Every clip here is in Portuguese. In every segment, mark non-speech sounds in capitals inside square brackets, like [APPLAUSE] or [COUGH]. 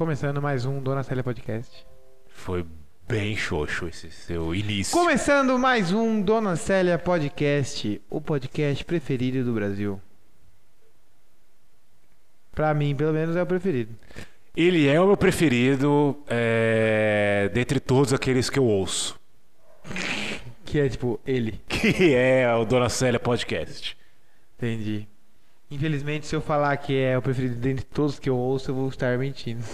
Começando mais um Dona Célia Podcast. Foi bem xoxo esse seu início. Começando mais um Dona Célia Podcast, o podcast preferido do Brasil. Pra mim, pelo menos, é o preferido. Ele é o meu preferido é, dentre todos aqueles que eu ouço, [LAUGHS] Que é tipo ele. que é o Dona Célia Podcast. Entendi. Infelizmente, se eu falar que é o preferido dentre todos que eu ouço, eu vou estar mentindo.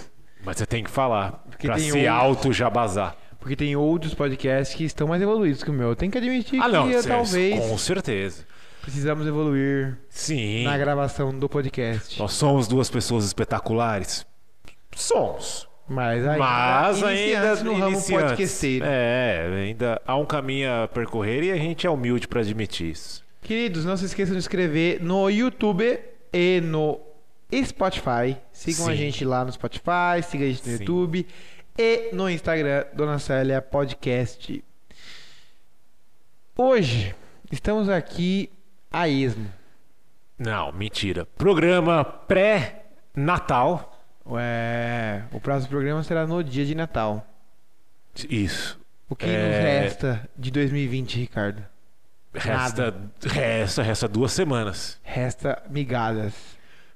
Mas você tem que falar Porque pra tem se um- auto-jabazar. Porque tem outros podcasts que estão mais evoluídos que o meu. Eu tenho que admitir Ah, que não, eu, cê- talvez com certeza. precisamos evoluir Sim, na gravação do podcast. nós somos duas pessoas espetaculares. Somos. Mas ainda, Mas ainda iniciantes no ramo né? iniciantes. podcasteiro. É, ainda há um caminho a percorrer e a gente é humilde pra admitir isso. Queridos, não se esqueçam de inscrever no YouTube e no Spotify. Sigam a Sim. gente lá no Spotify, sigam a gente no Sim. YouTube e no Instagram, Dona Célia Podcast. Hoje estamos aqui a esmo. Não, mentira. Programa pré-natal. Ué, É, o próximo programa será no dia de Natal. Isso. O que É. nos resta de 2020, Ricardo? Resta, resta, resta duas semanas. Resta migalhas.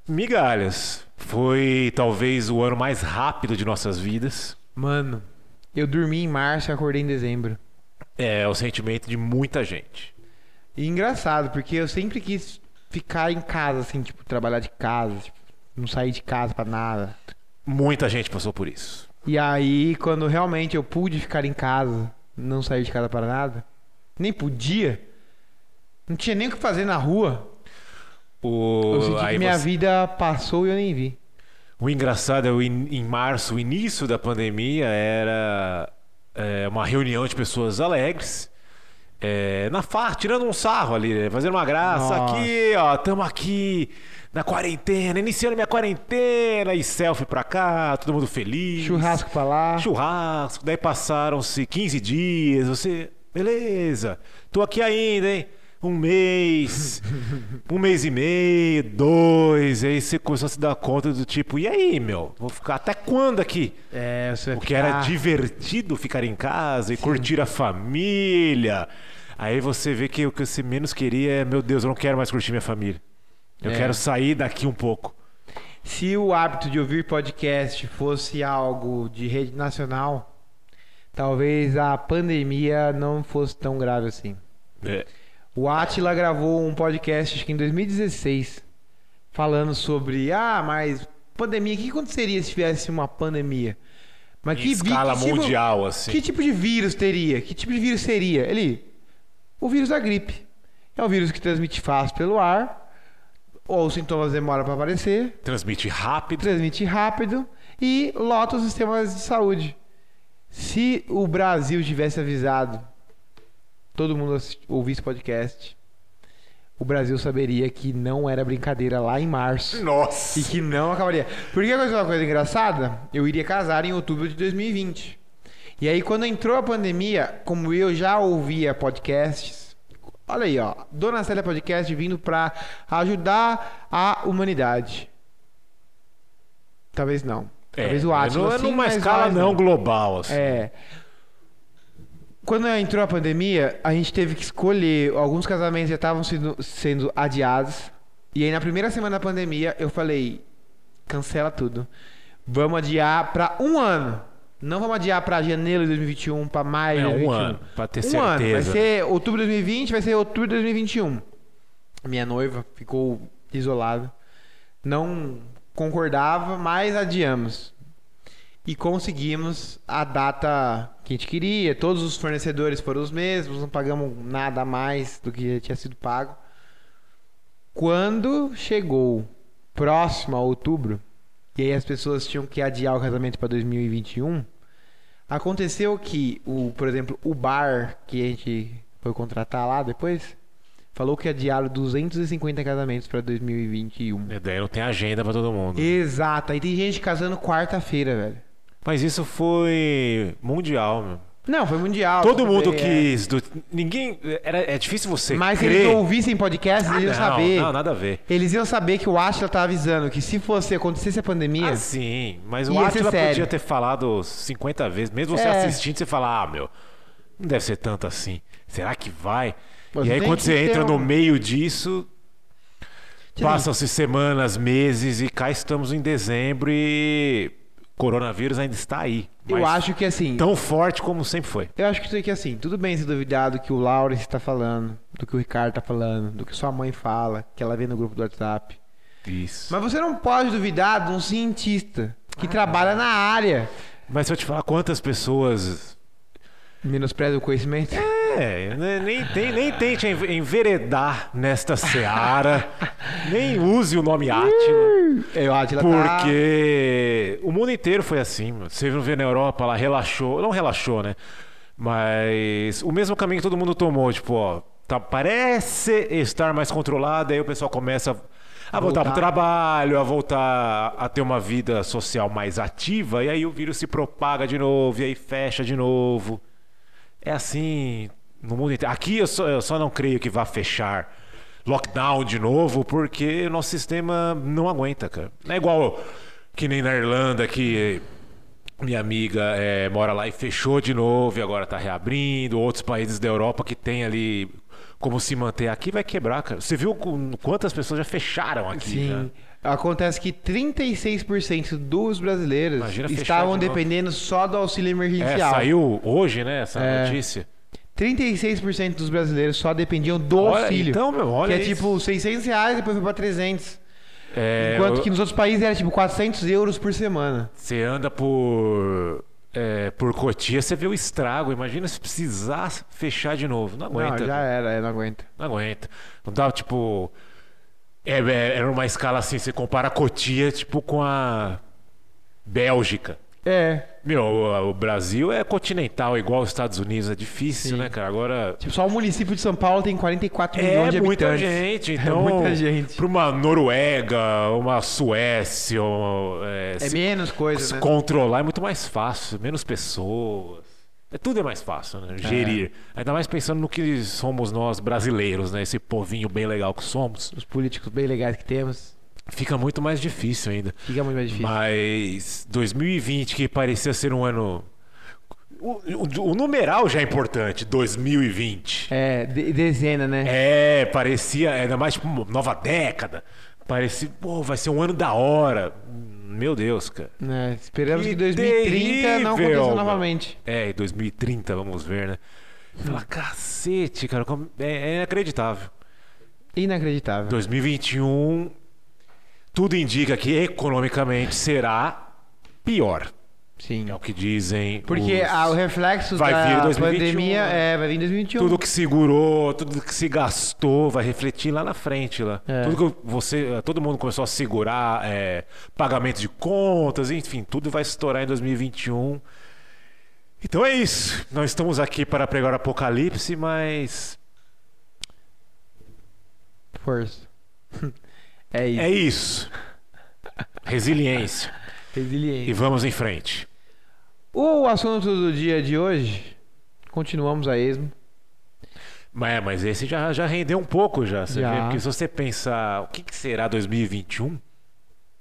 Migalhas. Foi talvez o ano mais rápido de nossas vidas. Mano, eu dormi em março e acordei em dezembro. É o sentimento de muita gente. E engraçado, porque eu sempre quis ficar em casa, assim, tipo, trabalhar de casa, tipo, não sair de casa pra nada. Muita gente passou por isso. E aí, quando realmente eu pude ficar em casa, não sair de casa pra nada, nem podia, não tinha nem o que fazer na rua. O, Eu senti que aí minha você- vida passou e eu nem vi. o engraçado é o in- em março, o início da pandemia era é, uma reunião de pessoas alegres. é, na farra, tirando um sarro ali, né? fazendo uma graça. Nossa. Aqui, ó, tamo aqui na quarentena, iniciando minha quarentena, e selfie pra cá, todo mundo feliz. Churrasco pra lá. Churrasco, daí passaram-se 15 dias, você. Beleza, tô aqui ainda, hein? Um [LAUGHS] mês, um mês e meio, dois. Aí você começou a se dar conta do tipo, e aí, meu? Vou ficar até quando aqui? É, você vai Porque era ficar- divertido ficar em casa e curtir a família. Aí você vê que o que você menos queria é, meu Deus, eu não quero mais curtir minha família. Eu É. quero sair daqui um pouco. Se o hábito de ouvir podcast fosse algo de rede nacional, talvez a pandemia não fosse tão grave assim. É. O Atila gravou um podcast, acho que em 2016, falando sobre, ah, mas pandemia, o que aconteceria se tivesse uma pandemia? Mas Em vi- escala tipo- mundial, assim. que tipo de vírus teria? Que tipo de vírus seria? Ele, o vírus da gripe. É um vírus que transmite fácil pelo ar, ou os sintomas demoram para aparecer, Transmite rápido. transmite rápido e lota os sistemas de saúde. Se o Brasil tivesse avisado, todo mundo assi- ouvisse o podcast, o Brasil saberia que não era brincadeira lá em março Nossa! e que não acabaria. Porque aconteceu uma coisa engraçada, eu iria casar em outubro de 2020. E aí quando entrou a pandemia, como eu já ouvia podcasts, olha aí, ó, Dona Célia Podcast vindo pra ajudar a humanidade. Talvez não. Talvez o Atlas Não é sim, numa mas escala nós não global, assim. é. Quando entrou a pandemia, a gente teve que escolher. Alguns casamentos já estavam sendo, sendo adiados. E aí, na primeira semana da pandemia, eu falei: cancela tudo. Vamos adiar pra um ano. Não vamos adiar pra janeiro de 2021, pra maio de É, um 2021. ano, pra ter Um ano. Vai certeza. ser outubro de 2020, vai ser outubro de 2021. Minha noiva ficou isolada. Não concordava, mas adiamos. E conseguimos a data que a gente queria. Todos os fornecedores foram os mesmos, não pagamos nada a mais do que já tinha sido pago. Quando chegou próximo a outubro, e aí as pessoas tinham que adiar o casamento para 2021, aconteceu que, o, por exemplo, o bar que a gente foi contratar lá depois, falou que adiaram 250 casamentos para 2021. E Daí não Né, tem agenda pra todo mundo. Exato, aí tem gente casando quarta-feira, velho. Mas isso foi mundial, meu. Não, foi mundial. Todo Copa mundo BR. quis. do- ninguém. Era, é difícil você é. Mas se crer. Ah, eles não ouvissem podcast, eles iam não, saber. não, nada a ver. Eles iam saber que o Atila tá avisando que se fosse acontecesse a pandemia, Ah, sim, mas o Ia ser Atila podia sério. ter falado 50 vezes, mesmo você É. assistindo, você fala, ah, meu, não deve ser tanto assim. Será que vai? Mas e aí, tem quando que você ter entra no um- meio disso, Tipo, passam-se semanas, meses, e cá estamos em dezembro e coronavírus ainda está aí. eu mas acho que assim. Tão forte como sempre foi. Eu acho que isso aqui é assim, tudo bem se duvidar do que o Lawrence tá falando, do que o Ricardo tá falando, do que sua mãe fala, que ela vê no grupo do WhatsApp. Isso. Mas, Mas você não pode duvidar de um cientista que Ah, trabalha tá. na área. se eu te falar quantas pessoas Menospreza o conhecimento. É, né, nem, tem, nem tente env- enveredar [LAUGHS] nesta seara, nem use o nome Átila, Eu acho que ela tá- porque o mundo inteiro foi assim. mano. Você não vê na Europa, ela relaxou, não relaxou, né? Mas o mesmo caminho que todo mundo tomou, tipo, ó, tá- parece estar mais controlado, aí o pessoal começa a Voltar. voltar pro trabalho, a voltar a ter uma vida social mais ativa, e aí o vírus se propaga de novo, e aí fecha de novo. É assim no mundo inteiro. Aqui eu só, eu só não creio que vá fechar lockdown de novo, porque o nosso sistema não aguenta, cara. Não é igual que nem na Irlanda, que minha amiga eh, mora lá e fechou de novo e agora tá reabrindo. Outros países da Europa que tem ali como se manter aqui vai quebrar, cara. Você viu com- quantas pessoas já fecharam aqui, né? Sim. Acontece que 36% dos brasileiros Imagina fechar estavam de novo. dependendo só do auxílio É, emergencial. saiu hoje, né, essa É. notícia. 36% dos brasileiros só dependiam do Olha, auxílio. então, meu, olha que é isso. tipo 600 reais, depois foi pra 300. É, Enquanto eu- que nos outros países era tipo 400 euros por semana. Você anda por. é, por Cotia, você vê o estrago. Imagina se precisar fechar de novo. Não aguenta. Não, já era, é, não aguenta. Não aguenta. Não dá, tipo. é, é, Era uma escala assim, você compara Cotia, tipo, com a Bélgica. É, Meu, o- o Brasil é continental, igual os Estados Unidos, é difícil, Sim. né, cara? Agora. tipo, só o município de São Paulo tem 44 milhões de É muita habitantes. [LAUGHS] gente, É então. muita gente. Pra uma Noruega, uma Suécia, uma, é, É se- menos coisa, se né? controlar é muito mais fácil, menos pessoas. É, tudo é mais fácil, né? Gerir. Ainda mais pensando no que somos nós brasileiros, né? Esse povinho bem legal que somos. Os políticos bem legais que temos, Fica muito mais difícil ainda. fica é muito mais difícil. Mas 2020, que parecia ser um ano. O, o- o numeral já é importante, 2020. É, de- dezena, né? É, parecia, ainda mais tipo, uma nova década. Parecia, pô, vai ser um ano da hora. Meu Deus, cara. É, esperamos Que que 2030 não terrível, aconteça mano. novamente. É, em 2030, vamos ver, né? Fala, cacete, cara, como- é, é inacreditável. Inacreditável. 2021, tudo indica que economicamente será pior. Sim. É o que dizem. Porque os- ah, o reflexo Vai da vir em 2021, pandemia né? é, vai vir em 2021. Tudo que segurou, tudo que se gastou, vai refletir lá na frente. Lá. É. Tudo que você. eh, Todo mundo começou a segurar é, pagamento de contas, enfim, tudo vai estourar em 2021. Então é isso. Nós estamos aqui para pregar o apocalipse, mas. Força. [LAUGHS] É isso. É isso. [LAUGHS] Resiliência. E Resiliência. vamos em frente. O assunto do dia de hoje, continuamos a esmo. Mas, é, mas esse já, já rendeu um pouco já, você Já. vê? Porque se você pensar o que, que será 2021, o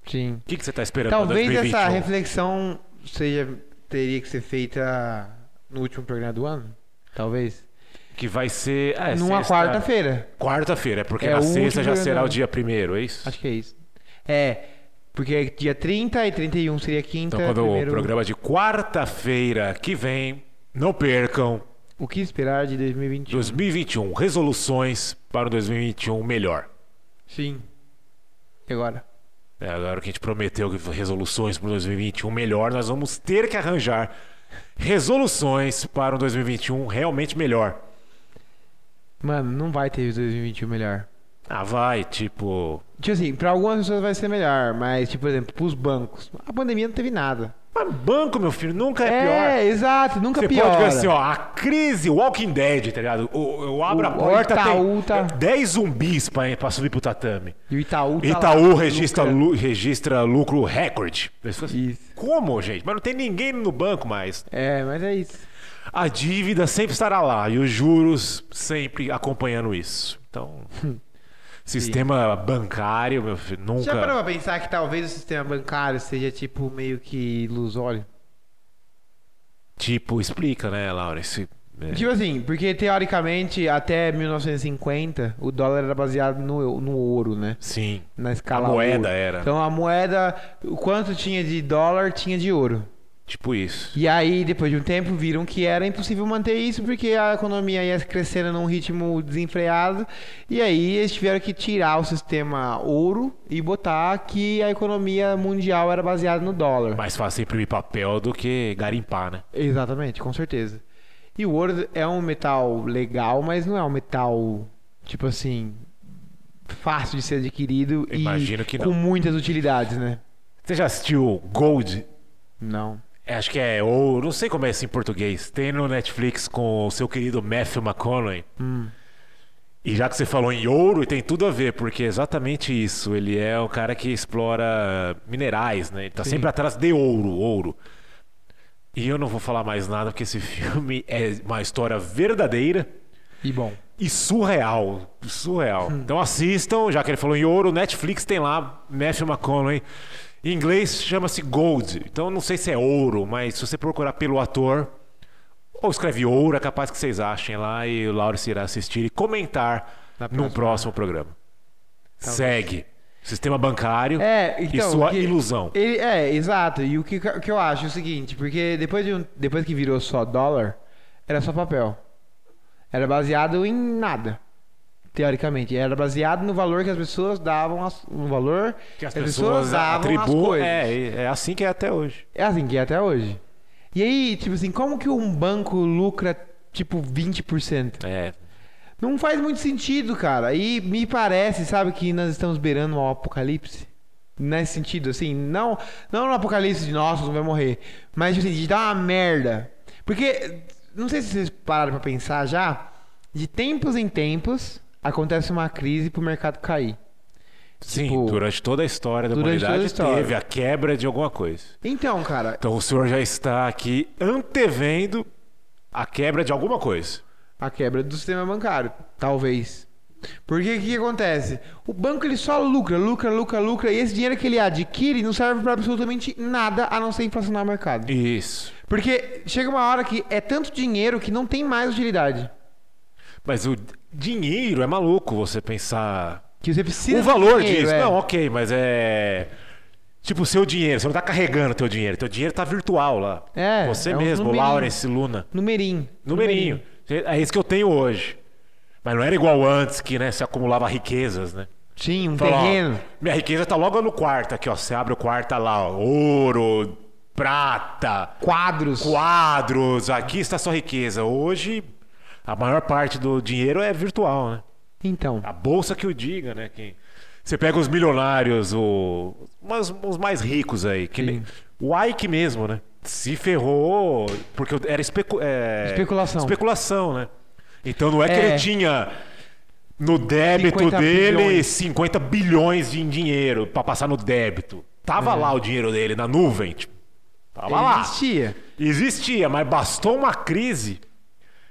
Sim. um? que, que você está esperando para Talvez 2021? essa reflexão seja teria que ser feita no último programa do ano. Talvez. Que vai ser. ah, é Numa sexta- quarta-feira. Quarta-feira, é porque É na o sexta último já programa. será o dia primeiro, é isso? Acho que é isso. É, porque dia 30 e 31 seria quinta. Então, quando é primeiro- né? o programa de quarta-feira que vem, não percam O que esperar de 2021? 2021, resoluções para o 2021 melhor. Sim. E agora? É, agora que a gente prometeu que resoluções para o 2021 melhor, nós vamos ter que arranjar resoluções para um 2021 realmente melhor. Mano, não vai ter 2021 melhor. Ah, vai, tipo. Tipo assim, pra algumas pessoas vai ser melhor, mas, tipo, por exemplo, pros bancos. A pandemia não teve nada. Mas "Ah, banco, meu filho, nunca é, pior. É, exato, nunca Você piora. pode ver assim, ó, a crise Walking Dead, tá ligado? Eu, eu abro a O- o porta, Itaú tem tá- 10 zumbis pra, pra subir pro tatame. E o Itaú tá Itaú lá, registra, lucrando. lu- registra lucro recorde. Eles falam assim, Isso. Como, gente? Mas não tem ninguém no banco mais. É, mas é isso. A dívida sempre estará lá e os juros sempre acompanhando isso. Então, [LAUGHS] sistema bancário, meu filho, Já nunca. parou pra pensar que talvez o sistema bancário seja, tipo, meio que ilusório? Tipo, explica, né, Laura? Esse, é, Tipo assim, porque teoricamente até 1950 o dólar era baseado no, no ouro, né? Sim. Na escala A moeda ouro. era. Então a moeda, o quanto tinha de dólar tinha de ouro. Tipo isso. E aí, depois de um tempo, viram que era impossível manter isso porque a economia ia crescendo num ritmo desenfreado. E aí eles tiveram que tirar o sistema ouro e botar que a economia mundial era baseada no dólar. Mais fácil imprimir papel do que garimpar, né? Exatamente, com certeza. E o ouro é um metal legal, mas não é um metal, tipo assim, fácil de ser adquirido Imagino e que com não. muitas utilidades, né? Você já assistiu Gold? Não. É, Acho que é ou não sei como é isso em português. Tem no Netflix com o seu querido Matthew McConaughey. Hum. E já que você falou em ouro, tem tudo a ver, porque é exatamente isso. Ele é um cara que explora minerais, né? Ele tá Sim. sempre atrás de ouro, ouro. E eu não vou falar mais nada, porque esse [LAUGHS] filme é uma história verdadeira E bom. e surreal. Surreal. Hum. Então assistam, já que ele falou em ouro, Netflix tem lá, Matthew McConaughey. Em inglês chama-se Gold. Então não sei se é ouro, mas se você procurar pelo ator, ou escreve ouro, é capaz que vocês achem lá e o Laurence irá assistir e comentar Na no próxima. próximo programa. Segue. Sistema bancário É, então, e sua que- ilusão. Ele, é, exato. E o que, o que eu acho é o seguinte, porque depois, de um- depois que virou só dólar, era só papel. Era baseado em nada. Teoricamente, era baseado no valor que as pessoas davam, as- no valor Que as as pessoas pessoas davam às atribuem. coisas. É, é assim que é até hoje. É assim que é até hoje. E aí, tipo assim, como que um banco lucra, tipo, 20%? É. Não faz muito sentido, cara. E me parece, sabe, que nós estamos beirando um apocalipse. Nesse sentido, assim, não, não no apocalipse de nós, não vai morrer. Mas, tipo assim, de dar uma merda. Porque, não sei se vocês pararam pra pensar já, de tempos em tempos, acontece uma crise pro mercado cair. Sim, Tipo, durante toda a história da durante toda a humanidade história. teve a quebra de alguma coisa. Então, cara, Então o senhor já está aqui antevendo a quebra de alguma coisa. A quebra do sistema bancário, talvez. Porque o que, que acontece? O banco ele só lucra, lucra, lucra, lucra, e esse dinheiro que ele adquire não serve pra absolutamente nada a não ser inflacionar o mercado. Isso. Porque chega uma hora que é tanto dinheiro que não tem mais utilidade. Mas o dinheiro é maluco você pensar. Que você precisa. o valor de dinheiro, disso. é. Não, ok, mas é. Tipo, o seu dinheiro, você não tá carregando o teu dinheiro, teu dinheiro tá virtual lá. É, você é um mesmo, numerinho. Lawrence Luna. Numerinho. Numerinho. É isso que eu tenho hoje. Mas não era igual antes que né, se acumulava riquezas, né? Sim, um Fala, ó, terreno. minha riqueza tá logo no quarto aqui, ó. Você abre o quarto tá lá, ó. Ouro, prata, Quadros. quadros, aqui está a sua riqueza. Hoje, a maior parte do dinheiro é virtual, né? Então. A bolsa que o diga, né? Quem... Você pega os milionários, o... mas, os mais ricos aí, que nem... Sim. o Ike mesmo, né? Se ferrou, porque era especu... é, Especulação. Especulação, né? Então não é que É. ele tinha no débito 50 dele bilhões. 50 bilhões de dinheiro pra passar no débito. Tava lá o dinheiro dele na nuvem, tipo. Tava lá. Uhum. Existia. Existia, mas bastou uma crise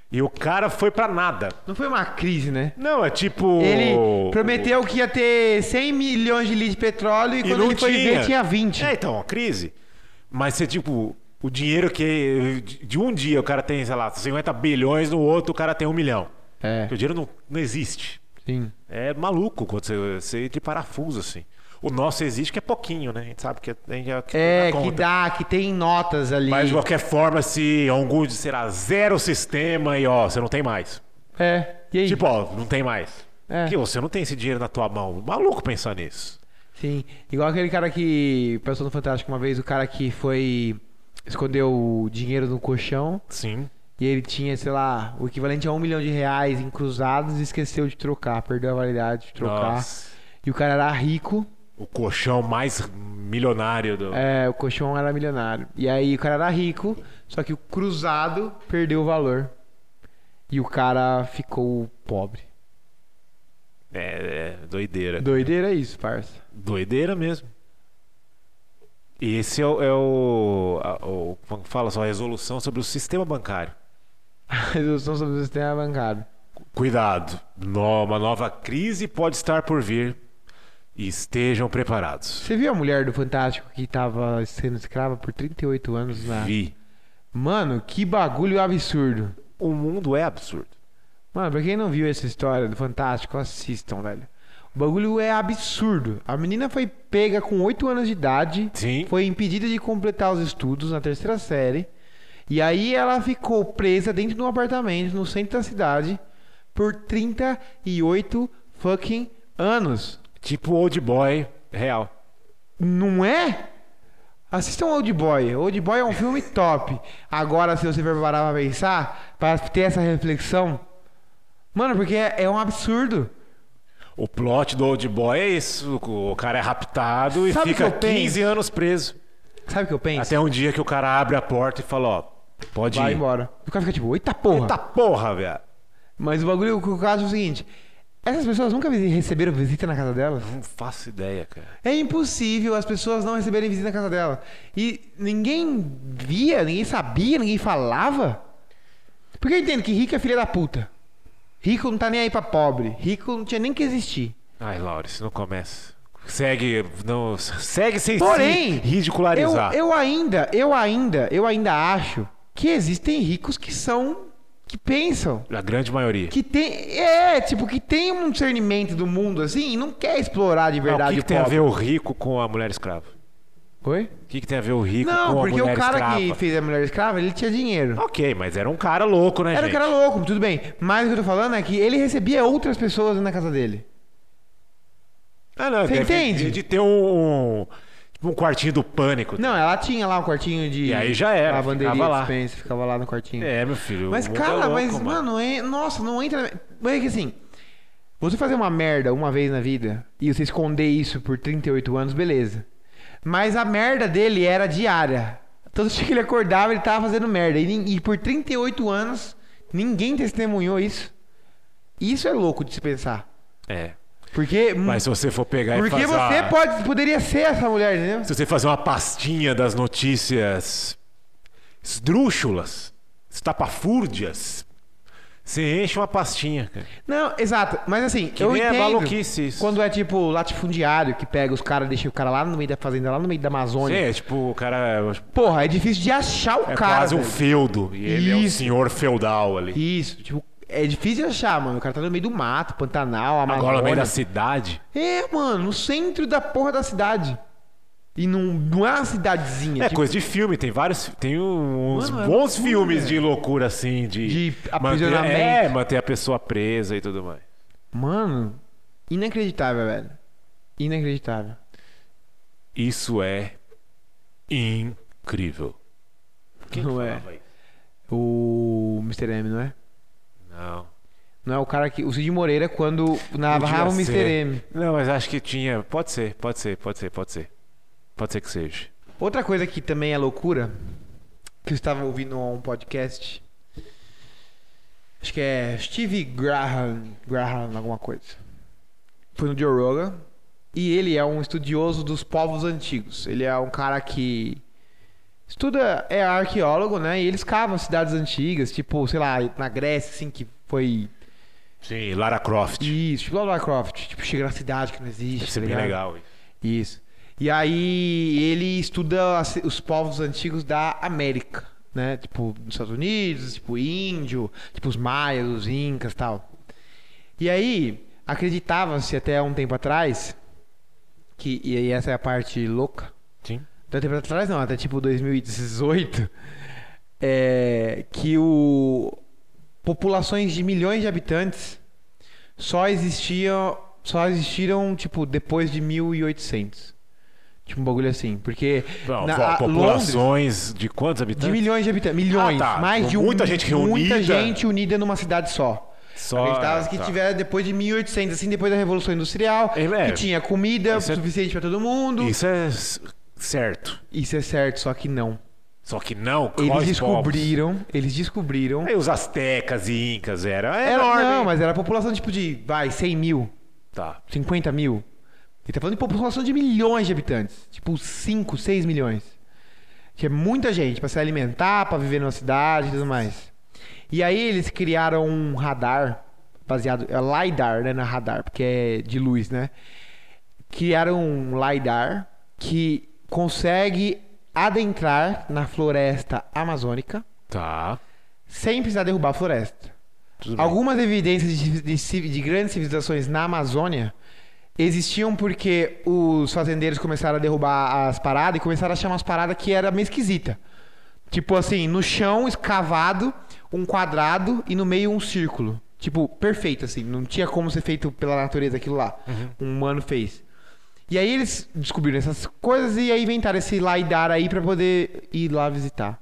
e o cara foi pra nada. Não foi uma crise, né? Não, é tipo. Ele prometeu que ia ter 100 milhões de litros de petróleo e, E quando não ele foi tinha. ver tinha 20. É, então, a crise. Mas você, tipo, o dinheiro que. De de um dia o cara tem, sei lá, 50 bilhões, no outro o cara tem um milhão. é. Porque O dinheiro não, não existe. Sim. É maluco quando você, você entra em parafuso, assim. O nosso existe que é pouquinho, né? A gente sabe que tem a, que É, dá que conta. dá, que tem notas ali. Mas de qualquer forma, se algum será zero sistema e ó, você não tem mais. É, e aí? Tipo, ó, não tem mais. É. Que você não tem esse dinheiro na tua mão. Maluco pensar nisso. Sim, igual aquele cara que passou no Fantástico uma vez, o cara que foi... Escondeu o dinheiro no colchão Sim. e ele tinha, sei lá, o equivalente a um milhão de reais em cruzados e esqueceu de trocar, perdeu a validade de trocar. Nossa. E o cara era rico O colchão mais milionário do. É, o colchão era milionário. E aí o cara era rico, só que o cruzado perdeu o valor. E o cara ficou pobre. É, é, doideira. Doideira é isso, parça. [LAUGHS] Doideira mesmo. E esse é o. É o, a- o- como fala só, a resolução sobre o sistema bancário. A resolução sobre o sistema bancário. Cuidado, no- uma nova crise pode estar por vir. E estejam preparados. Você viu a mulher do Fantástico que tava sendo escrava por 38 anos na. Vi. Mano, que bagulho absurdo. O mundo é absurdo. Mano, pra quem não viu essa história do Fantástico, assistam, velho. O bagulho é absurdo. A menina foi pega com 8 anos de idade, Sim. foi impedida de completar os estudos na terceira série, e aí ela ficou presa dentro de um apartamento no centro da cidade por 38 fucking anos. Tipo old boy real. Não é? Assistam Old Boy. Old Boy é um filme top. Agora, se você for parar pra pensar, pra ter essa reflexão. Mano, porque é, é um absurdo. O plot do old boy é isso. O cara é raptado e Sabe fica que eu penso? 15 anos preso. Sabe o que eu penso? Até um dia que o cara abre a porta e fala, ó, pode Vai ir. embora. O cara fica tipo, eita porra. Eita porra, velho. Mas o bagulho, o caso é o seguinte: essas pessoas nunca visi- receberam visita na casa delas? Não faço ideia, cara. É impossível as pessoas não receberem visita na casa dela. E ninguém via, ninguém sabia, ninguém falava. Porque eu entendo que rico é filha da puta. Rico não tá nem aí pra pobre. Rico não tinha nem que existir. Ai, Laurence, não começa. Segue, não, segue sem Porém, se ridicularizar. Eu, eu ainda, eu ainda, eu ainda acho que existem ricos que são. que pensam. A grande maioria. Que tem. É, tipo, que tem um discernimento do mundo assim e não quer explorar de Ah, o verdade que, o que tem a pobre. ver o rico com a mulher escrava? Oi? O que, que tem a ver o rico Não, com a porque mulher o cara escrava? que fez a mulher escrava, ele tinha dinheiro. Ok, mas era um cara louco, né, Era um gente? cara louco, tudo bem. Mas o que eu tô falando é que ele recebia outras pessoas na casa dele. Ah, não, Você deve- entende? De ter um, um, tipo um quartinho do pânico. Não, ela tinha lá o quartinho de. E aí já era, Lavanderia, ficava lá. dispensa, ficava lá no quartinho. É, meu filho. o mas, mundo é cara, louco, mas, mano, é- nossa, não entra. Mas é que assim. Você fazer uma merda uma vez na vida e você esconder isso por 38 anos, beleza. Mas a merda dele era diária. Todo dia que ele acordava, ele tava fazendo merda. E, nin- e por 38 anos, ninguém testemunhou isso. Isso é louco de se pensar. É. Porque. hum, Mas se você for pegar e Porque fazer você uma- pode, poderia ser essa mulher, entendeu? Se você fazer uma pastinha das notícias esdrúxulas, estapafúrdias, você enche uma pastinha. cara. Não, exato. Mas assim, Que eu nem é entendo maluquice isso. quando é tipo latifundiário que pega os caras, deixa o cara lá no meio da fazenda, lá no meio da Sim, Amazônia. é tipo, o cara Porra, é difícil de achar o é cara. quase um velho. feudo. E ele é um Isso. senhor feudal ali. Isso, tipo, é difícil de achar, mano. O cara tá no meio do mato, Pantanal, Agora Amazônia. no meio da cidade. É, mano, no centro da porra da cidade. E não, não é uma cidadezinha. É tipo, coisa de filme, tem vários. Tem um, uns Mano, é bons loucura, filmes velho. de loucura, assim, de. De manter, aprisionamento. é, manter a pessoa presa e tudo mais. Mano, inacreditável, velho. Inacreditável. Isso é incrível. Quem não que é. falava isso? O Mr. M, não é? Não. Não é o cara que. O Cid Moreira, quando narrava Ah, o Podia Mr. ser. M. Não, mas acho que tinha. Pode ser, pode ser, pode ser, pode ser. Pode ser que seja. Outra coisa que também é loucura, que eu estava ouvindo um podcast. Acho que é Steve Graham, Graham alguma coisa. Foi no Joe Rogan. E ele é um estudioso dos povos antigos. Ele é um cara que estuda, é arqueólogo, né? E eles cavam cidades antigas, tipo, sei lá, na Grécia, assim, que foi. Sim, Lara Croft. Isso, tipo Lara Croft. Tipo, chega na cidade que não existe. Deve ser tá bem ligado? legal. hein? Isso. E aí ele estuda as- os povos antigos da América, né? Tipo, nos Estados Unidos, tipo, índio, tipo, os maias, os incas e tal. E aí, acreditava-se até um tempo atrás, que, e aí essa é a parte louca, Sim. até um tempo atrás não, até tipo 2018, é, que o populações de milhões de habitantes só existiam, só existiram tipo depois de 1800. Tipo um bagulho assim, porque Não, na- vo- a- Londres populações de quantos de habitantes? milhões de habitantes, milhões, né? Ah, tá. mais de um, Muita gente muita reunida. gente unida numa cidade só. Acreditava que tá. tivera depois de 1800, assim, depois da Revolução Industrial, É, é. que tinha comida Isso é- suficiente pra todo mundo. Isso. Isso é s- certo. é certo, só que não. Só que não, Eles nós descobriram, eles descobriram. povos. Aí os astecas e incas era Era, É enorme. não, mas era a população tipo de, vai, 100 mil, Tá. 50 mil. Ele tá falando de população de milhões de habitantes. Tipo, 5, 6 milhões. Que é muita gente pra se alimentar, pra viver numa cidade e tudo mais. E aí eles criaram um radar, baseado. É LIDAR, né? Na radar, porque é de luz, né? Criaram um LIDAR que consegue adentrar na floresta amazônica Tá. sem precisar derrubar a floresta. Tudo bem. Algumas evidências de, de civi- de grandes civilizações na Amazônia existiam porque os fazendeiros começaram a derrubar as paradas e começaram a chamar as paradas que era meio esquisita. Tipo assim, no chão escavado, um quadrado e no meio um círculo. Tipo, perfeito, assim. Não tinha como ser feito pela natureza aquilo lá. Uhum. Um humano fez. E aí eles descobriram essas coisas e aí inventaram esse LiDAR aí pra poder ir lá visitar.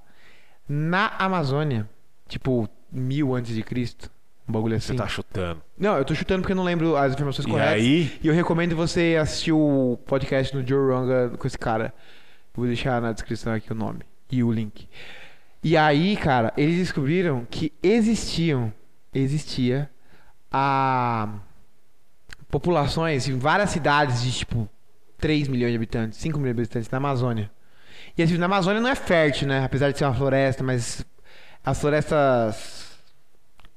Na Amazônia, tipo, mil antes de Cristo, um bagulho Você assim. tá chutando. Não, eu tô chutando porque eu não lembro as informações E corretas. aí? E eu recomendo você assistir o podcast no Joe Ranga com esse cara. Vou deixar na descrição aqui o nome e o link. E aí, cara, eles descobriram que existiam, existia a populações em várias cidades de tipo 3 milhões de habitantes, 5 milhões de habitantes na Amazônia. E assim, na Amazônia não é fértil, né? Apesar de ser uma floresta, mas as florestas.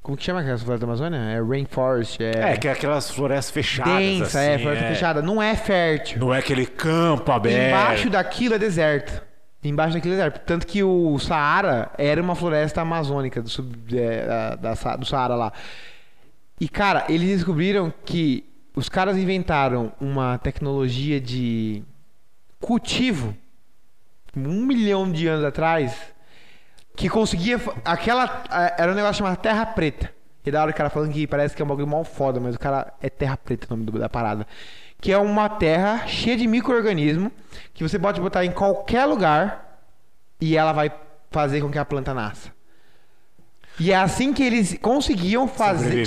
Como que chama aquela floresta da Amazônia? É rainforest, É, é. que é aquelas florestas fechadas. densa, é, assim, floresta fechada. Não é fértil. Não é aquele campo aberto. Embaixo daquilo é deserto. Embaixo daquilo é deserto. Tanto que o Saara era uma floresta amazônica do, sub- é, a- da Sa- do Saara lá. E, cara, eles descobriram que os caras inventaram uma tecnologia de cultivo um milhão de anos atrás que conseguia. fa- Aquela. a- Era um negócio chamado Terra Preta. E da hora o cara falando que parece que é um bagulho mal foda, mas o cara é Terra Preta o nome do- da parada. Que é uma terra cheia de micro-organismo que você pode botar em qualquer lugar e ela vai fazer com que a planta nasça. E é assim que eles conseguiam fazer,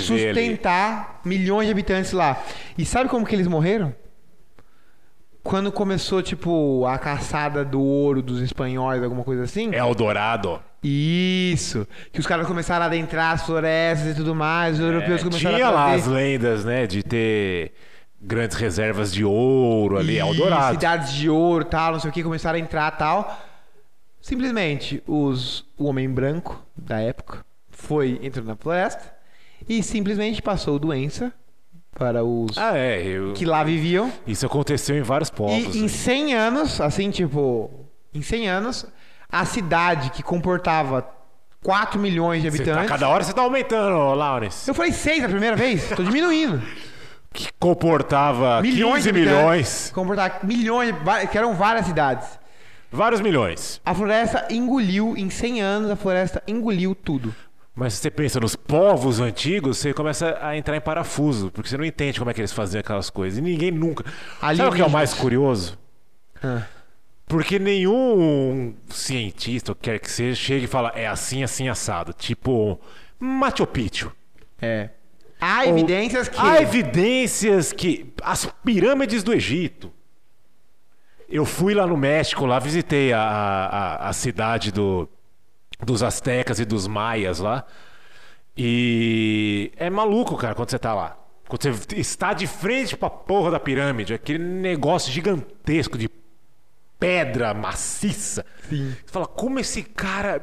Sobreviver ali. sustentar milhões de habitantes lá. E sabe como que eles morreram? Quando começou, tipo, a caçada do ouro dos espanhóis, alguma coisa assim. É o Dourado. Isso. Que os caras começaram a adentrar as florestas e tudo mais. Os europeus começaram É, Tinha a lá as fazer... lendas, né? De ter grandes reservas de ouro ali. É o E Dourado. Cidades de ouro tal, não sei o que, começaram a entrar tal. Simplesmente os, o homem branco da época foi, entrou na floresta e simplesmente passou doença para os Ah, é. eu- que lá viviam. Isso aconteceu em vários povos. E em né? 100 anos, assim, tipo, em 100 anos, a cidade que comportava 4 milhões de Você tá- habitantes. cada hora você tá aumentando, ô, Lawrence. Eu falei 6 a primeira vez? Tô diminuindo. Que comportava milhões 15 de habitantes, milhões. Comportar milhões, de- va- que eram várias cidades. Vários milhões. A floresta engoliu, em 100 anos, a floresta engoliu tudo. Mas se você pensa nos povos antigos, você começa a entrar em parafuso, porque você não entende como é que eles faziam aquelas coisas. E ninguém nunca. Sabe o que é o Alienígenas. mais curioso? Ah. Porque nenhum cientista, ou quer que seja, chega e fala, é assim, assim, assado. Tipo, Machu Picchu. É. Há evidências que. Há evidências que. As pirâmides do Egito. Eu fui lá no México, lá visitei a, a, a cidade do, dos astecas e dos maias lá. E é maluco, cara, quando você tá lá. Quando você está de frente pra porra da pirâmide, aquele negócio gigantesco de pedra maciça. Sim. Você fala, como esse cara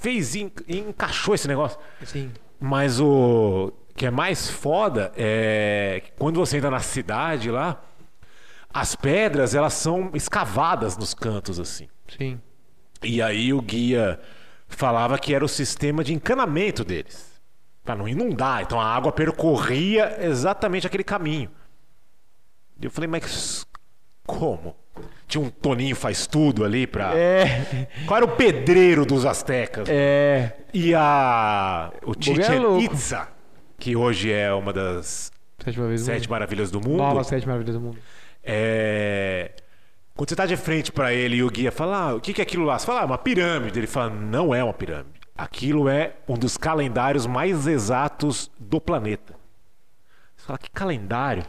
fez e en- e encaixou esse negócio? Sim. Mas o que é mais foda é que quando você entra na cidade lá, as pedras elas são escavadas nos cantos assim. Sim. E aí o guia falava que era o sistema de encanamento deles, Pra não inundar. Então a água percorria exatamente aquele caminho. E eu falei, mas como? Tinha um Toninho faz tudo ali pra. É. Qual era o pedreiro dos astecas? É. E a. O Chichen louco. Itza, que hoje é uma das Sétima vez do sete mundo. maravilhas do mundo. Nova sétima maravilha do mundo. É. Quando você tá de frente pra ele e o guia fala, ah, o que, que é aquilo lá? Você fala, ah, é uma pirâmide. Ele fala, não é uma pirâmide. Aquilo é um dos calendários mais exatos do planeta. Você fala, que calendário?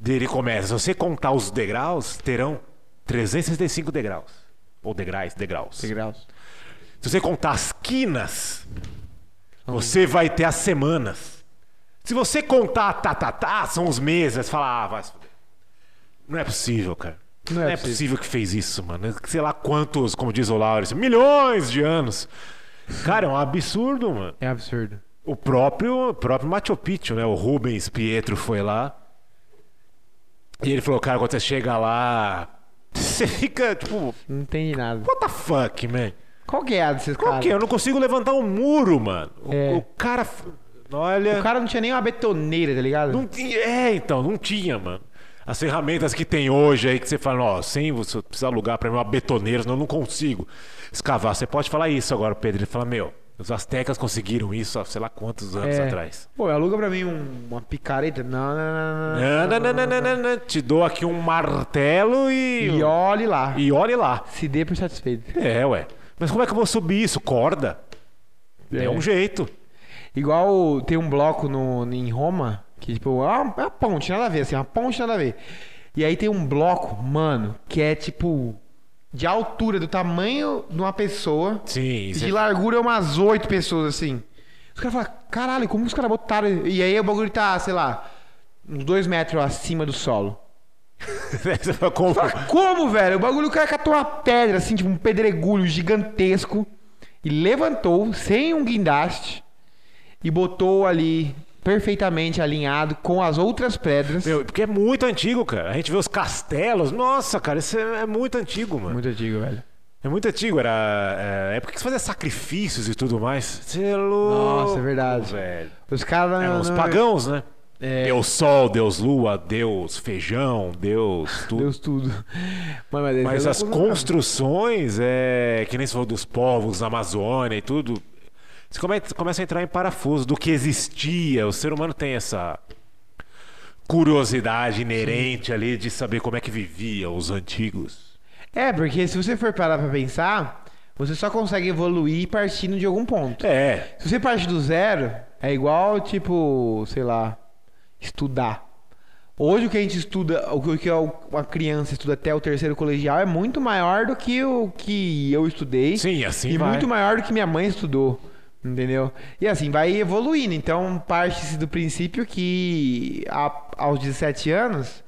Daí Ele começa, se você contar os degraus, terão 365 degraus. Ou degraus, degraus. Degraus. Se você contar as quinas, você vai ter as semanas. Se você contar tá, tá, tá, são os meses. Você fala, ah, vai se fuder. Não é possível, cara. Não é, possível. que fez isso, mano. Sei lá quantos, como diz o Laurence, milhões de anos. Cara, é um absurdo, mano. É absurdo. O próprio, o próprio Machu Picchu, né? O Rubens Pietro foi lá. E ele falou, cara, quando você chega lá, você fica tipo, Não entendi nada. what the fuck, man? Qual que é a desses Qual caras? que é? Eu não consigo levantar um muro, mano. O, É. o cara. f- Olha. O cara não tinha nem uma betoneira, tá ligado? Não tinha. É, então, não tinha, mano. As ferramentas que tem hoje aí que você fala, ó, sem você precisa alugar pra mim uma betoneira, senão eu não consigo escavar. Você pode falar isso agora, Pedro. Ele fala, meu, os astecas conseguiram isso há sei lá quantos anos É. atrás. Pô, aluga pra mim um- uma picareta. Não, não, não, não, não. Não, não, não, não, não, não. Te dou aqui um martelo e. E olhe lá. E olhe lá. Se dê por satisfeito. É, ué. Mas como é que eu vou subir isso? Corda? É, um jeito. Igual tem um bloco no, em Roma, que tipo, é uma, é uma ponte, nada a ver, assim, uma ponte, nada a ver. E aí tem um bloco, mano, que é tipo, de altura, do tamanho de uma pessoa, Sim, e isso é de largura é umas oito pessoas, assim. Os caras falam, caralho, como que os caras botaram? E aí o bagulho tá, sei lá, uns dois metros acima do solo. [LAUGHS] Você fala, como? Fala, como, velho? O bagulho, o cara catou uma pedra, assim, tipo um pedregulho gigantesco, e levantou, sem um guindaste, e botou ali, perfeitamente alinhado com as outras pedras. Meu, porque é muito antigo, cara. A gente vê os castelos. Nossa, cara, isso é é muito antigo, mano. Muito antigo, velho. É muito antigo. Era é, época que se fazia sacrifícios e tudo mais. Você é louco, Nossa, é verdade. velho. Os caras... Eram os não- pagãos, né? É. Deus sol, Deus lua, Deus feijão, Deus tudo. Deus tudo. [LAUGHS] Mas, mas, Mas é as louco, não. construções, é, que nem se falou dos povos, da Amazônia e tudo, você come- começa a entrar em parafuso do que existia. O ser humano tem essa curiosidade inerente ali de saber como é que vivia os antigos. É, porque se você for parar pra pensar, você só consegue evoluir partindo de algum ponto. É, Se você parte do zero, é igual, tipo, sei lá, estudar. Hoje o que a gente estuda, o que- o que uma criança estuda até o terceiro colegial é muito maior do que o que eu estudei. sim, assim e vai. muito maior do que minha mãe estudou. Entendeu? E assim, vai evoluindo. Então, parte-se do princípio que a- aos 17 anos,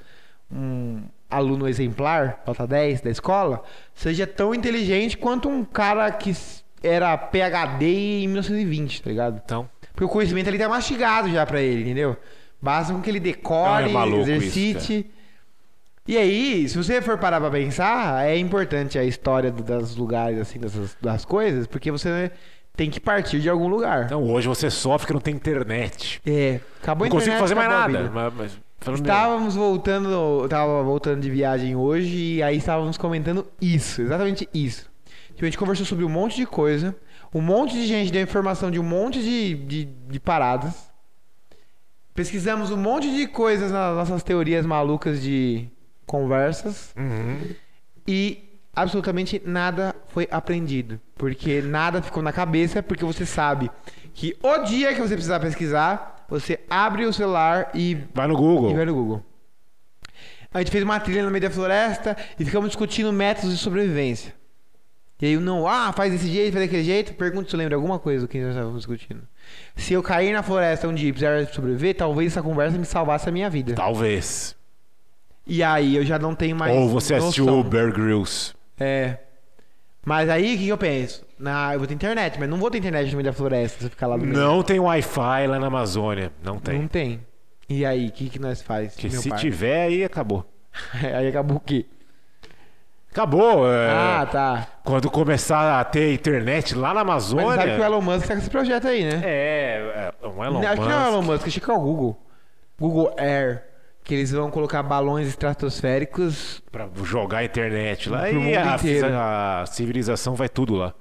um aluno exemplar, nota 10 da escola, seja tão inteligente quanto um cara que s- era PHD em 1920, tá ligado? Então, Porque o conhecimento ali tá mastigado já pra ele, entendeu? Basta com que ele decore, Não, é maluco isso, exercite. e aí, se você for parar pra pensar, é importante a história do- dos lugares, assim, dessas, das coisas, porque você tem que partir de algum lugar. então hoje você sofre que não tem internet. é, acabou a Não consigo internet, fazer mais acabou a nada. vida. Mas, mas, falando Estávamos voltando, tava voltando de viagem hoje e aí estávamos comentando isso, exatamente isso. Tipo, a gente conversou sobre um monte de coisa, um monte de gente deu informação de um monte de, de, de paradas. Pesquisamos um monte de coisas nas nossas teorias malucas de conversas Uhum. e absolutamente nada foi aprendido, porque nada ficou na cabeça, porque você sabe que o dia que você precisar pesquisar, você abre o celular e Vai no Google. e vai no Google. A gente fez uma trilha no meio da floresta e ficamos discutindo métodos de sobrevivência. E aí, não, ah, faz desse jeito, faz daquele jeito. Pergunta se lembra alguma coisa do que nós estávamos discutindo. Se eu cair na floresta um dia e precisar sobreviver, talvez essa conversa me salvasse a minha vida. Talvez. E aí, eu já não tenho mais. Ou você assistiu noção. o Bear Grylls. É. Mas aí, o que que eu penso? Na, eu vou ter internet, mas não vou ter internet no meio da floresta se eu ficar lá no meio. Não tem Wi-Fi lá na Amazônia. Não tem. Não tem. E aí, o que, que nós faz? Porque meu se pai? tiver, aí acabou. [LAUGHS] aí acabou o quê? Acabou. É... Ah, tá. Quando começar a ter internet lá na Mas Amazônia. sabe que o Elon Musk tá com esse projeto aí, né? É, é um Elon Não, acho que não é o Musk. Elon Musk, acho que é o Google. Google Air. Que eles vão colocar balões estratosféricos. Pra jogar a internet lá. Pro E mundo a, inteiro. a civilização vai tudo lá.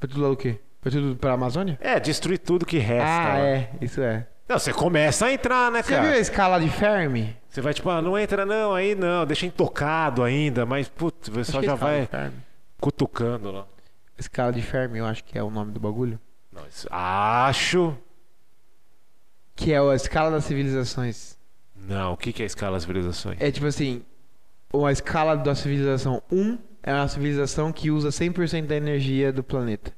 Foi tudo lá o quê? Foi tudo pra Amazônia? É, destruir tudo que resta. ah, lá. é, isso é. Não, você começa a entrar, né, Você cara? viu a escala de Fermi? Você vai tipo, ah, não entra não, aí não, deixa intocado ainda, mas putz, o Acho pessoal que é já escala de vai Fermi. cutucando lá. Escala de Fermi, eu acho que é o nome do bagulho. Não, isso- acho. Que é a escala das civilizações. Não, o que, que é a escala das civilizações? É tipo assim, ou a escala da civilização 1 é uma civilização que usa 100% da energia do planeta.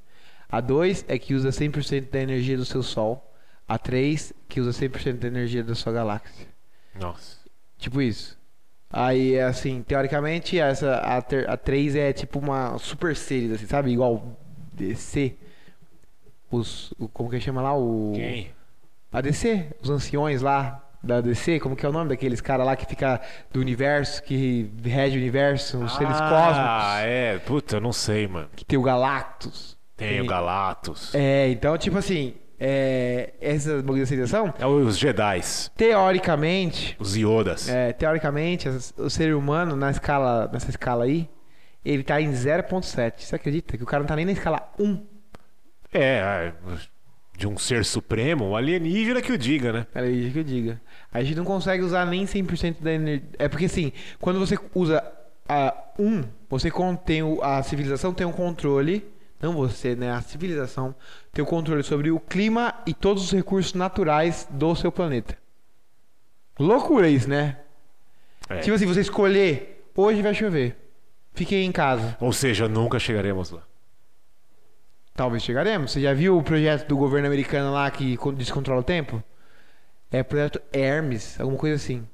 A 2 é que usa 100% da energia do seu sol. A 3 que usa 100% da energia da sua galáxia. Nossa. Tipo isso. Aí, assim, teoricamente, essa, a, ter, a 3 é tipo uma super series, assim, sabe? Igual DC. Os, o- como que chama lá? O, Quem? a DC, os anciões lá da DC, como que é o nome daqueles caras lá que fica do universo, que rege o universo, os seres Ah, cósmicos, é. Puta, eu não sei, mano. que tem o Galactus. Tem o Tem. Galactus. É, É, então, tipo assim, é, essa civilização, É os Jedi. teoricamente, Os Iodas. é, teoricamente, as- o ser humano na escala, nessa escala aí, ele tá em 0.7. Você acredita que o cara não tá nem na escala 1? É, ah, de um ser supremo, um alienígena que o diga, né? Era é isso que eu diga. A gente não consegue usar nem 100% da energia. É porque assim, quando você usa a um, você contém o- a civilização tem um controle, não você, né, a civilização tem o controle sobre o clima e todos os recursos naturais do seu planeta. Loucura isso, né? É. Tipo assim, você escolher, hoje vai chover. Fiquei em casa. Ou seja, nunca chegaremos lá. Talvez chegaremos. Você já viu o projeto do governo americano lá que con- descontrola o tempo? É o projeto Hermes, alguma coisa assim.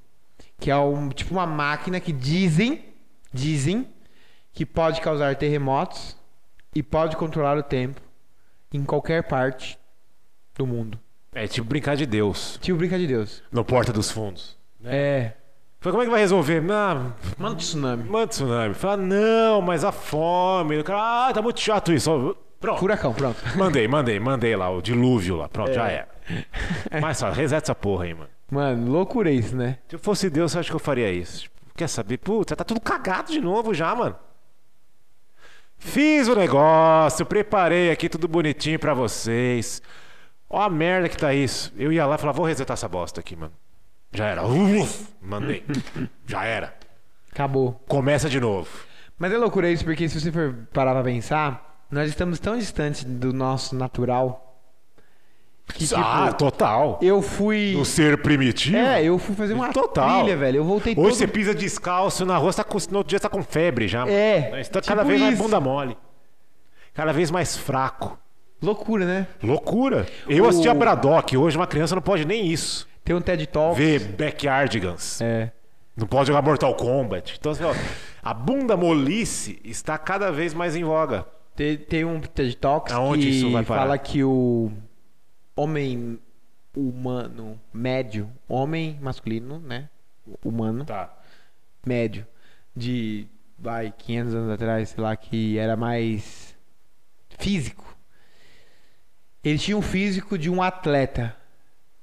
Que é um, tipo uma máquina que dizem, dizem que pode causar terremotos e pode controlar o tempo em qualquer parte do mundo. É tipo brincar de Deus. Tio brinca de Deus. No Porta dos Fundos. É. Fala, como é que vai resolver? Ah, Manda um tsunami. manda tsunami. Fala, não, mas a fome. O cara, ah, tá muito chato isso. Ó, Pronto. Furacão, pronto. Mandei, mandei, mandei lá, o dilúvio lá. É. Pronto, já era. Mas só, reseta essa porra aí, mano. Mano, loucura isso, né? Se eu fosse Deus, eu acho que eu faria isso. Tipo, Quer saber? Puta, tá tudo cagado de novo já, mano. Fiz o negócio, preparei aqui tudo bonitinho pra vocês. Ó a merda que tá isso. Eu ia lá e falava, vou resetar essa bosta aqui, mano. Já era. Uf, mandei. Já era. Acabou. Começa de novo. Mas é loucura isso, porque se você for parar pra pensar, nós estamos tão distantes do nosso natural. Que, tipo, ah, total. eu fui. No ser primitivo. É, eu fui fazer uma Total. trilha, velho. Eu voltei Hoje todo. você pisa descalço na rua, você tá com, no outro dia você tá com febre já. mano. É, Você tá tipo cada vez mais isso. bunda mole. Cada vez mais fraco. Loucura, né? Loucura. Eu O- assisti a Braddock. Hoje uma criança não pode nem isso. Tem um TED Talk. Ver Backyardigans. É. Não pode jogar Mortal Kombat. Então, assim, ó, a bunda molice está cada vez mais em voga. Tem, tem um TED Talks Aonde que isso vai parar? fala que o homem humano médio, homem masculino, né? Humano. Tá. médio de vai 500 anos atrás, sei lá, que era mais físico. Ele tinha um físico de um atleta,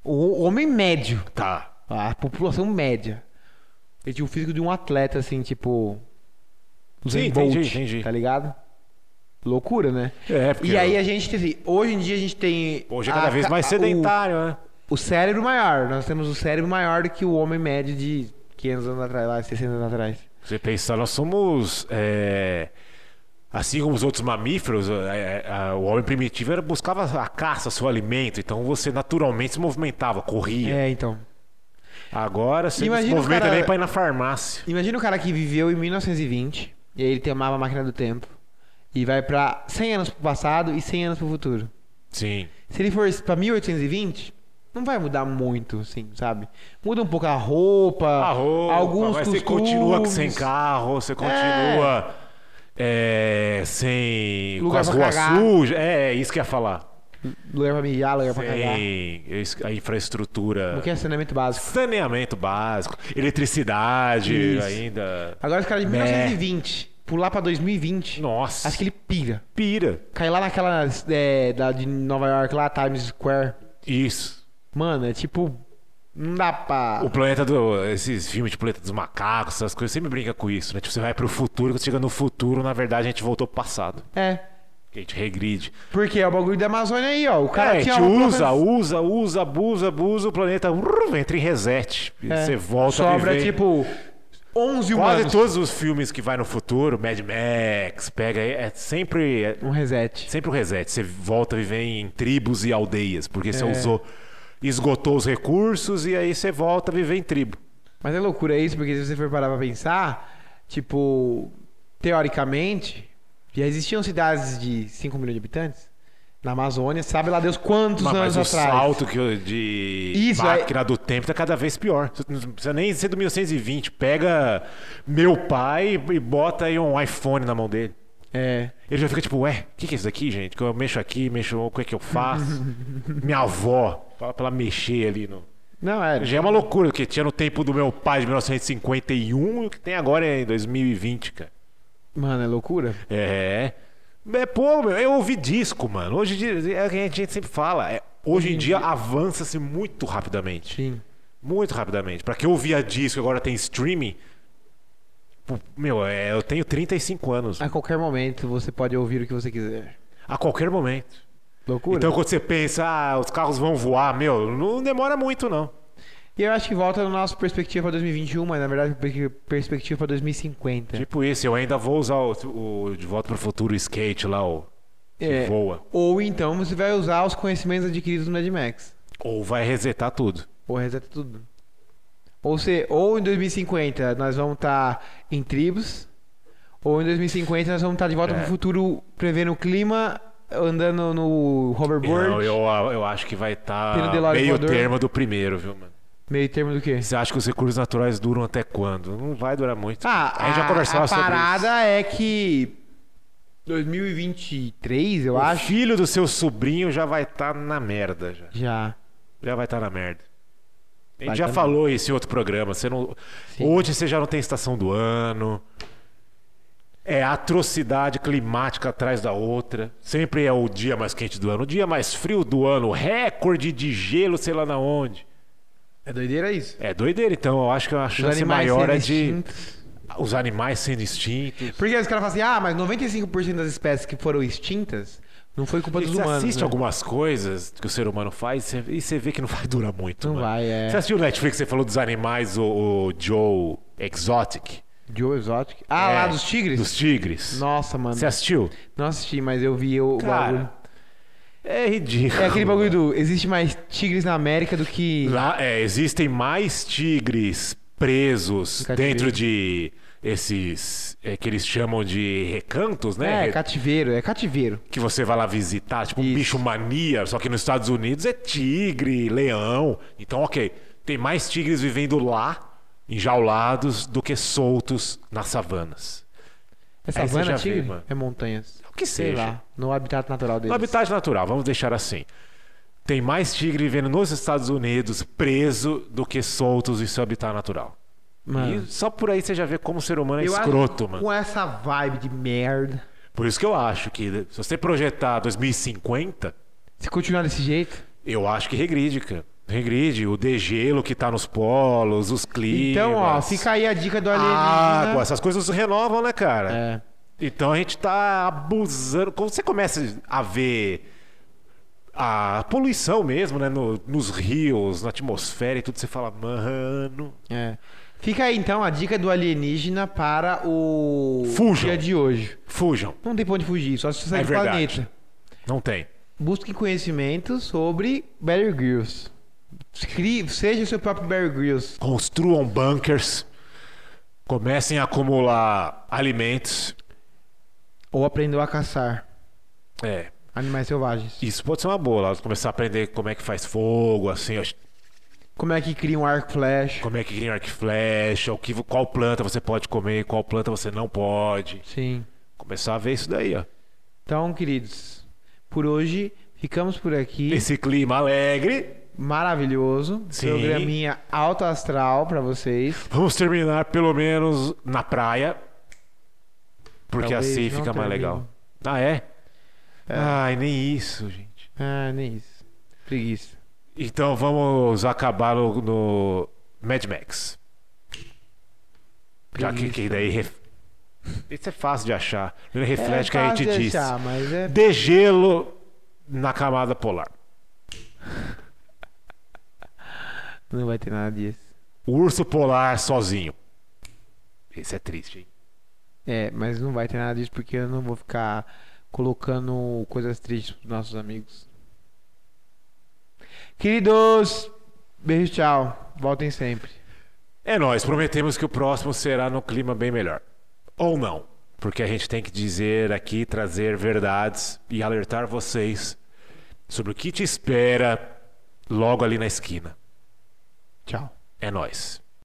o homem médio, Tá. a população média. Ele tinha um físico de um atleta assim, tipo Sim, Usain Bolt, entendi, entendi. tá ligado? Loucura, né? É, porque E aí a gente tem, assim, hoje em dia a gente tem hoje é cada a vez ca- mais o- sedentário, né? o cérebro maior. Nós temos o cérebro maior do que o homem médio de 500 anos atrás, lá, 600 anos atrás. Você pensar, nós somos. é, assim como os outros mamíferos, é, é, a- o homem primitivo era, buscava a caça, seu alimento. Então você naturalmente se movimentava, corria. É, então. Agora você não se Imagina o movimenta cara- nem pra ir na farmácia. Imagina o cara que viveu em 1920 e aí ele tem uma máquina do tempo e vai pra 100 anos pro passado e 100 anos pro futuro. Sim. Se ele for pra 1820, não vai mudar muito, assim, sabe? Muda um pouco a roupa, A Ah, roupa, alguns mas costumes. você continua sem carro, você continua é, sem. Lugar com as pra ruas cagar. sujas. É, é isso que eu ia falar. Lugar pra mijar, lugar pra cagar. Sem isso- a infraestrutura. O que é saneamento básico. Saneamento básico, eletricidade Isso. ainda. Agora os caras de Né. 1920 pular pra 2020, Nossa. acho que ele pira. pira. Cai lá naquela é, da, de Nova York, lá, Times Square. Isso. Mano, é tipo. Não dá pra. O planeta do. Esses filmes de planeta dos macacos, essas coisas, sempre brinca com isso, né? Tipo, você vai pro futuro, quando chega no futuro, na verdade, a gente voltou pro passado. É. Que a gente regride. Porque é o bagulho da Amazônia aí, ó. O Cara, cara É, a tinha gente uma usa, plantação- usa, usa, abusa, abusa, o planeta urr, uh, entra em reset. E É. Você volta a Sobra, viver. tipo, 11 Quase humanos. todos os filmes que vai no futuro, Mad Max, pega. É sempre, é Um reset. sempre o reset. Você volta a viver em tribos e aldeias, porque você É. usou. Esgotou os recursos e aí você volta a viver em tribo. Mas é loucura isso, porque se você for parar pra pensar, tipo, teoricamente, já existiam cidades de 5 milhões de habitantes na Amazônia, sabe lá Deus quantos Mas, anos mas o atrás. salto que eu- de Isso, é- máquina do tempo tá cada vez pior. Você não precisa nem ser do 1920. Pega meu pai e bota aí um iPhone na mão dele. É. Ele já fica tipo, ué, o que, que é isso daqui, gente? Que eu mexo aqui, mexo, o que é que [LAUGHS] eu faço? Minha avó, fala pra ela mexer ali no. Não, é. Já é uma loucura, o que tinha no tempo do meu pai de 1951 e o que tem agora é em 2020, cara. Mano, é loucura. É. É, pô, meu, eu ouvi disco, mano. Hoje em dia, é o que a gente sempre fala. é, hoje em dia avança-se muito rapidamente. Sim. Muito rapidamente. Pra quem ouvia disco e agora tem streaming. pô, Meu, é, eu tenho 35 anos. A qualquer momento você pode ouvir o que você quiser. A qualquer momento. Loucura. Então quando você pensa, ah, os carros vão voar, meu, não demora muito não. E eu acho que volta no nosso perspectiva pra 2021, mas na verdade per- perspectiva pra 2050. Tipo isso, eu ainda vou usar o, o De Volta para o Futuro skate lá, o que É. voa. Ou então você vai usar os conhecimentos adquiridos no Mad Max. Ou vai resetar tudo. Ou reseta tudo. Ou, se, ou em 2050 nós vamos estar em tribos, ou em 2050 nós vamos estar de volta É. pro futuro prevendo o clima, andando no hoverboard. Não, eu, eu acho que vai estar Tem no DeLorean meio voador? termo do primeiro, viu, mano? Meio termo do quê? Você acha que os recursos naturais duram até quando? Não vai durar muito. Ah, a gente já conversava a sobre isso. parada é que 2023, eu o acho, filho do seu sobrinho já vai estar na merda já. já. já vai estar na merda. A gente Vai já tá na- falou isso em outro programa. Você não... Sim. Hoje você já não tem estação do ano. É atrocidade climática atrás da outra. Sempre é o dia mais quente do ano, o dia mais frio do ano, recorde de gelo, sei lá na onde. É doideira isso. É doideira, então. Eu acho que a Os chance animais maior é sendo de extintos. os animais sendo extintos. Porque os caras falam assim, ah, mas 95% das espécies que foram extintas não foi culpa E dos Você humanos. assiste né? algumas coisas que o ser humano faz você- e você vê que não [LAUGHS] vai durar muito. Não mano. vai, é. Você assistiu o Netflix, você falou dos animais, o, o Joe Exotic. Joe Exotic. Ah, É, lá dos tigres? Dos tigres. Nossa, mano. Você assistiu? Não assisti, mas eu vi o, o bagulho. é ridículo. É aquele bagulho do. Existe mais tigres na América do que. Lá, é, existem mais tigres presos No dentro cativeiro. de esses é, que eles chamam de recantos, né? É, Re- cativeiro, é cativeiro. que você vai lá visitar, tipo um Isso. bicho mania, só que nos Estados Unidos é tigre, leão. Então, ok, tem mais tigres vivendo lá, enjaulados, do que soltos nas savanas. É Aí você savana, já vê, tigre? mano. é montanhas. O que Sei seja. lá. No habitat natural deles. No habitat natural, vamos deixar assim. Tem mais tigre vivendo nos Estados Unidos preso do que soltos em seu habitat natural. Mano, E só por aí você já vê como o ser humano é eu acho escroto, que mano. Com essa vibe de merda. Por isso que eu acho que se você projetar 2050, Se continuar desse jeito. eu acho que regride, cara. Regride. O degelo que tá nos polos, os climas. Então, ó, fica aí a dica Ah, do alienígena. Água, essas coisas se renovam, né, cara? É. Então a gente tá abusando. Quando você começa a ver a poluição mesmo, né? no- nos rios, na atmosfera e tudo, você fala, mano. É. Fica aí então a dica do alienígena para o Fujam. dia de hoje. Fujam. Não tem pra onde fugir, só se você sair É do verdade. planeta. Não tem. Busque conhecimento sobre Bear Grylls. Crie- seja o seu próprio Bear Grylls. Construam bunkers. Comecem a acumular alimentos. Ou aprendeu a caçar É. animais selvagens. Isso pode ser uma boa. lá, Começar a aprender como é que faz fogo, assim, ó, Como é que cria um arco e flecha? como é que cria arco e flecha, o que, qual planta você pode comer, qual planta você não pode. Sim. Começar a ver isso daí, ó. Então, queridos, por hoje ficamos por aqui. Esse clima alegre. Maravilhoso. Sim. Programinha alto astral pra vocês. Vamos terminar pelo menos na praia. Porque Talvez assim não fica termine. mais legal. Ah, é? É. Ai, nem isso, gente. Ah, nem isso. Preguiça. Então vamos acabar no, no Mad Max. Já que, que daí. ref- Isso é fácil de achar. Ele reflete o que a É fácil gente de disse. achar, mas é Degelo na camada polar. Não vai ter nada disso. O urso polar sozinho. Esse é triste, hein? É, mas não vai ter nada disso porque eu não vou ficar colocando coisas tristes pros nossos amigos. Queridos, beijo, tchau. Voltem sempre. É nós, prometemos que o próximo será no clima bem melhor. Ou não, porque a gente tem que dizer aqui, trazer verdades e alertar vocês sobre o que te espera logo ali na esquina. Tchau. É nós.